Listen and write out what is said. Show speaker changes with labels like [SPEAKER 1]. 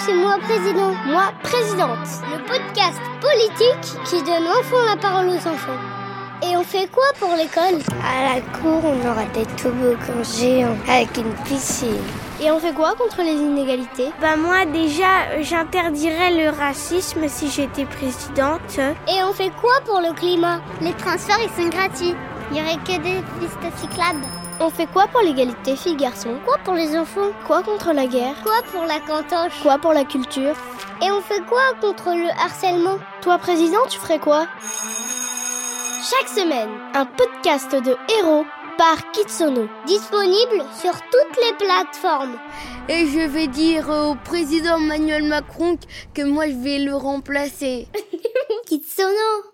[SPEAKER 1] c'est moi président, moi présidente. Le podcast politique qui donne enfin la parole aux enfants. Et on fait quoi pour l'école
[SPEAKER 2] À la cour, on aura des toboggans géants avec une piscine.
[SPEAKER 1] Et on fait quoi contre les inégalités
[SPEAKER 3] Bah moi déjà, j'interdirais le racisme si j'étais présidente.
[SPEAKER 1] Et on fait quoi pour le climat
[SPEAKER 4] Les transferts, ils sont gratuits. Il n'y aurait que des pistes cyclables.
[SPEAKER 1] On fait quoi pour l'égalité filles-garçons
[SPEAKER 4] Quoi pour les enfants
[SPEAKER 1] Quoi contre la guerre
[SPEAKER 4] Quoi pour la cantoche
[SPEAKER 1] Quoi pour la culture
[SPEAKER 4] Et on fait quoi contre le harcèlement
[SPEAKER 1] Toi, président, tu ferais quoi Chaque semaine, un podcast de héros par Kitsono.
[SPEAKER 4] Disponible sur toutes les plateformes.
[SPEAKER 5] Et je vais dire au président Emmanuel Macron que moi je vais le remplacer.
[SPEAKER 4] Kitsono